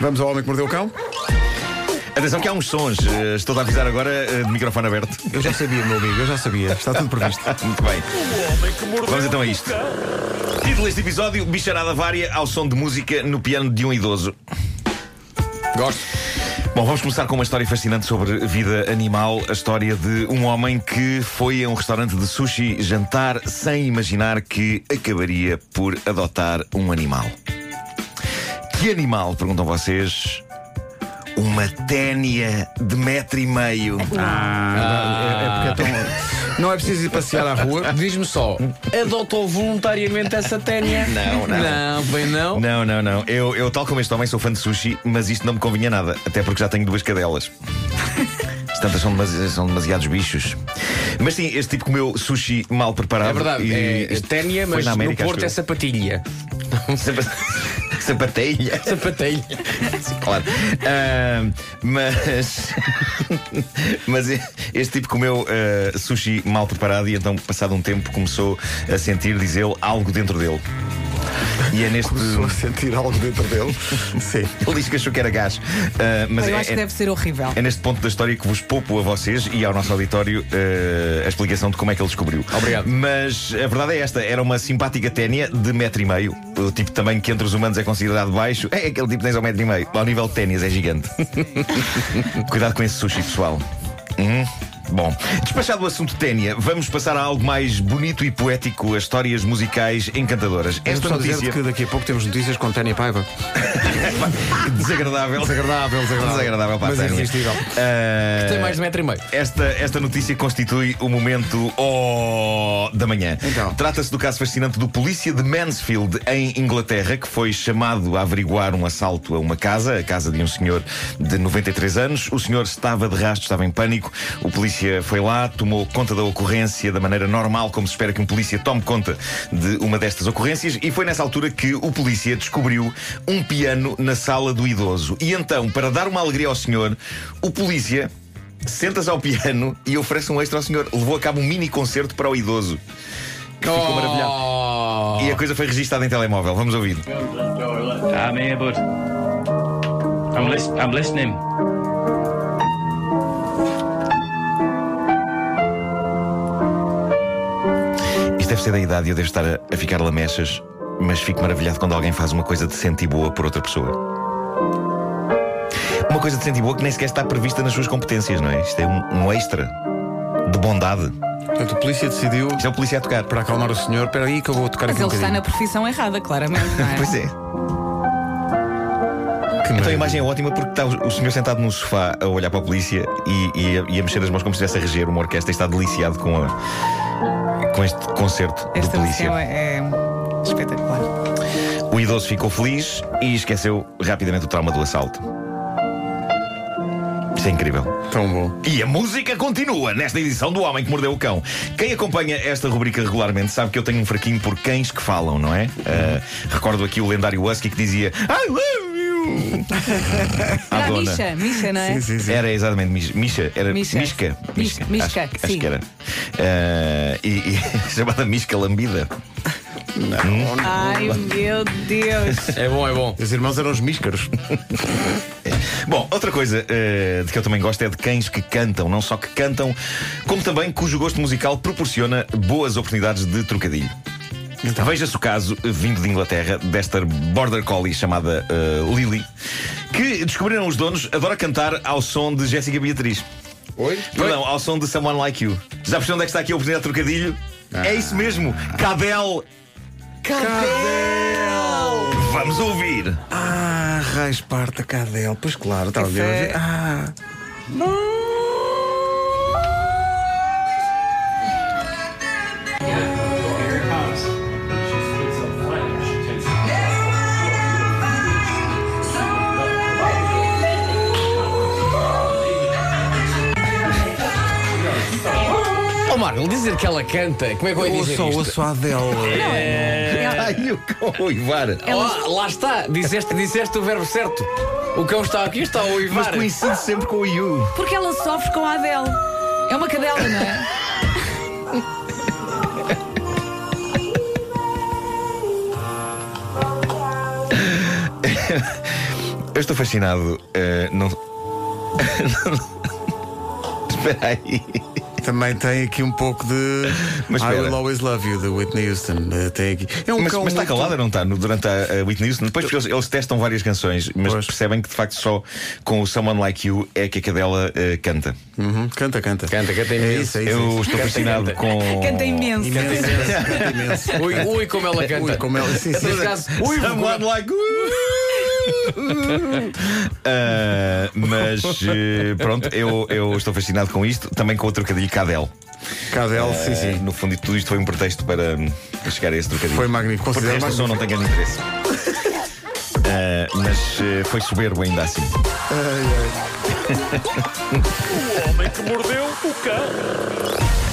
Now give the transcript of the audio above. Vamos ao Homem que Mordeu o Cão? Atenção que há uns sons. eh, Estou a avisar agora eh, de microfone aberto. Eu já sabia, meu amigo, eu já sabia. Está tudo previsto. Muito bem. Vamos então a isto. Título deste episódio: Bicharada Vária ao som de música no piano de um idoso. Gosto. Bom, vamos começar com uma história fascinante sobre vida animal, a história de um homem que foi a um restaurante de sushi jantar sem imaginar que acabaria por adotar um animal. Que animal, perguntam vocês? Uma ténia de metro e meio. É, é porque é tão... Não é preciso ir passear à rua. Diz-me só, adotou voluntariamente essa ténia? Não, não. Não, bem não. Não, não, não. Eu, eu, tal como este homem, sou fã de sushi, mas isto não me convinha nada. Até porque já tenho duas cadelas. As Tantas são, demasi- são demasiados bichos. Mas sim, este tipo comeu sushi mal preparado. É verdade, e é isto ténia, foi mas na América, no Porto é acho eu. sapatilha. Sapa- Sapateia. Sapatilha. Claro. Ah, mas. mas este tipo comeu ah, sushi mal preparado e então, passado um tempo, começou a sentir, diz ele, algo dentro dele. E é neste. Estou a sentir algo dentro dele. Sim. Ele diz que achou que era gás. Ah, mas Eu é- acho é- que deve ser horrível. É neste ponto da história que vos poupo a vocês e ao nosso auditório eh, a explicação de como é que ele descobriu. Obrigado. Mas a verdade é esta: era uma simpática ténia de metro e meio, o tipo também que entre os humanos é considerado baixo. É aquele tipo que tens ao metro e meio. Ao nível de ténis é gigante. Cuidado com esse sushi, pessoal. Hum, Bom, despachado o assunto ténia, vamos passar a algo mais bonito e poético, a histórias musicais encantadoras. Esta Esta só dizer É notícia que daqui a pouco temos notícias com Tânia Paiva. desagradável, Desagradável, desagradável. desagradável para Mas a ténia. irresistível. Eh, Tem mais de um metro e meio. Esta, esta notícia constitui o momento oh, da manhã. Então. Trata-se do caso fascinante do polícia de Mansfield, em Inglaterra, que foi chamado a averiguar um assalto a uma casa, a casa de um senhor de 93 anos. O senhor estava de rastro, estava em pânico. O polícia foi lá, tomou conta da ocorrência da maneira normal, como se espera que um polícia tome conta de uma destas ocorrências. E foi nessa altura que o polícia descobriu um piano na sala do idoso. E então, para dar uma alegria ao senhor, o polícia Senta-se ao piano e oferece um extra ao senhor. Levou a cabo um mini concerto para o idoso. Que Oh. ficou maravilhado. Oh. E a coisa foi registada em telemóvel. Vamos ouvir. I'm here, bud. Ah, I'm, lis- I'm listening. Isto deve ser da idade e eu devo estar a, a ficar lamechas, mas fico maravilhado quando alguém faz uma coisa decente e boa por outra pessoa. Uma coisa decente e boa que nem sequer está prevista nas suas competências, não é? Isto é um, um extra de bondade. Oh! Portanto, a polícia decidiu, Isto é o polícia a tocar. para acalmar o senhor, espera aí que eu vou tocar Mas aqui um ele está bocadinho. na profissão errada, claramente, não é? Pois é. Então a imagem é ótima porque está o o senhor sentado no sofá a olhar para a polícia e, e a, e a mexer as mãos como se estivesse a reger uma orquestra e está deliciado com, a- com este concerto de Esta polícia. missão é, é espetacular. Ah, O idoso ficou feliz e esqueceu rapidamente o trauma do assalto. Isso é incrível. Tão bom. E a música continua nesta edição do Homem que Mordeu o Cão. Quem acompanha esta rubrica regularmente sabe que eu tenho um fraquinho por cães que falam, não é? Ah, recordo aqui o lendário Husky que dizia I love you! à Era a dona. Misha, Misha, não é? sim, sim. Era exatamente Mis- Misha, era Misha. Misca. Mis- Misca, acho, acho sim. que era. Ah, e, e- chamada Misca Lambida. Ai, meu Deus. É bom, é bom. Os irmãos eram os míscaros. Bom, outra coisa eh, de que eu também gosto é de cães que cantam, não só que cantam, como também cujo gosto musical proporciona boas oportunidades de trocadilho. Então. Veja-se o caso, eh, vindo de Inglaterra, desta border collie chamada eh, Lily, que descobriram os donos, adora cantar ao som de Jéssica Beatriz. Oi? Perdão, ao som de Someone Like You. Já perceberam onde é que está aqui a oportunidade de trocadilho? Ah. É isso mesmo, Cadel. Cadel! Vamos ouvir. Ah, raios parta cá dele. Pois claro, está a Isso é- ver. Ah, Ó Marco, dizer que ela canta, como é que eu ia dizer ouço, isto? ouço a Adele. Ai, É o cão Ivar. É Ó, Ah, lá está, disseste, disseste o verbo certo. O cão está aqui, está a Mas uivar. coincide sempre com o You. Porque ela sofre com a Adele. É uma cadela, não é? Eu estou fascinado. eh, não. Espera aí. Também tem aqui um pouco de Mas I espera. Will Always Love You, de Whitney Houston. Eh, Tem aqui. É um Mas, cão mas tá está muito- calada, não está? No- Durante a, a Whitney Houston. Depois porque eles, eles testam várias canções, mas Pois. percebem que de facto só com o Someone Like You é que a cadela eh, canta. Uhum, Canta, canta. Canta, canta É imenso. isso, é isso. é Eu isso. estou fascinado com. Canta imenso. Imenso, imenso, canta imenso. Ui, ui, como ela canta. Ui, como ela- sim, sim. Neste caso, ui, Someone like Ah, mas eh, pronto, eu, eu estou fascinado com isto, também com o trocadilho Cadel. Cadel, sim, Eh, sim. No fundo, tudo isto foi um pretexto para hum, chegar a esse trocadilho. Foi magnífico. Porque Considero esta pessoa não tem grande interesse. Eh, mas eh, foi soberbo ainda assim. Ai, ai.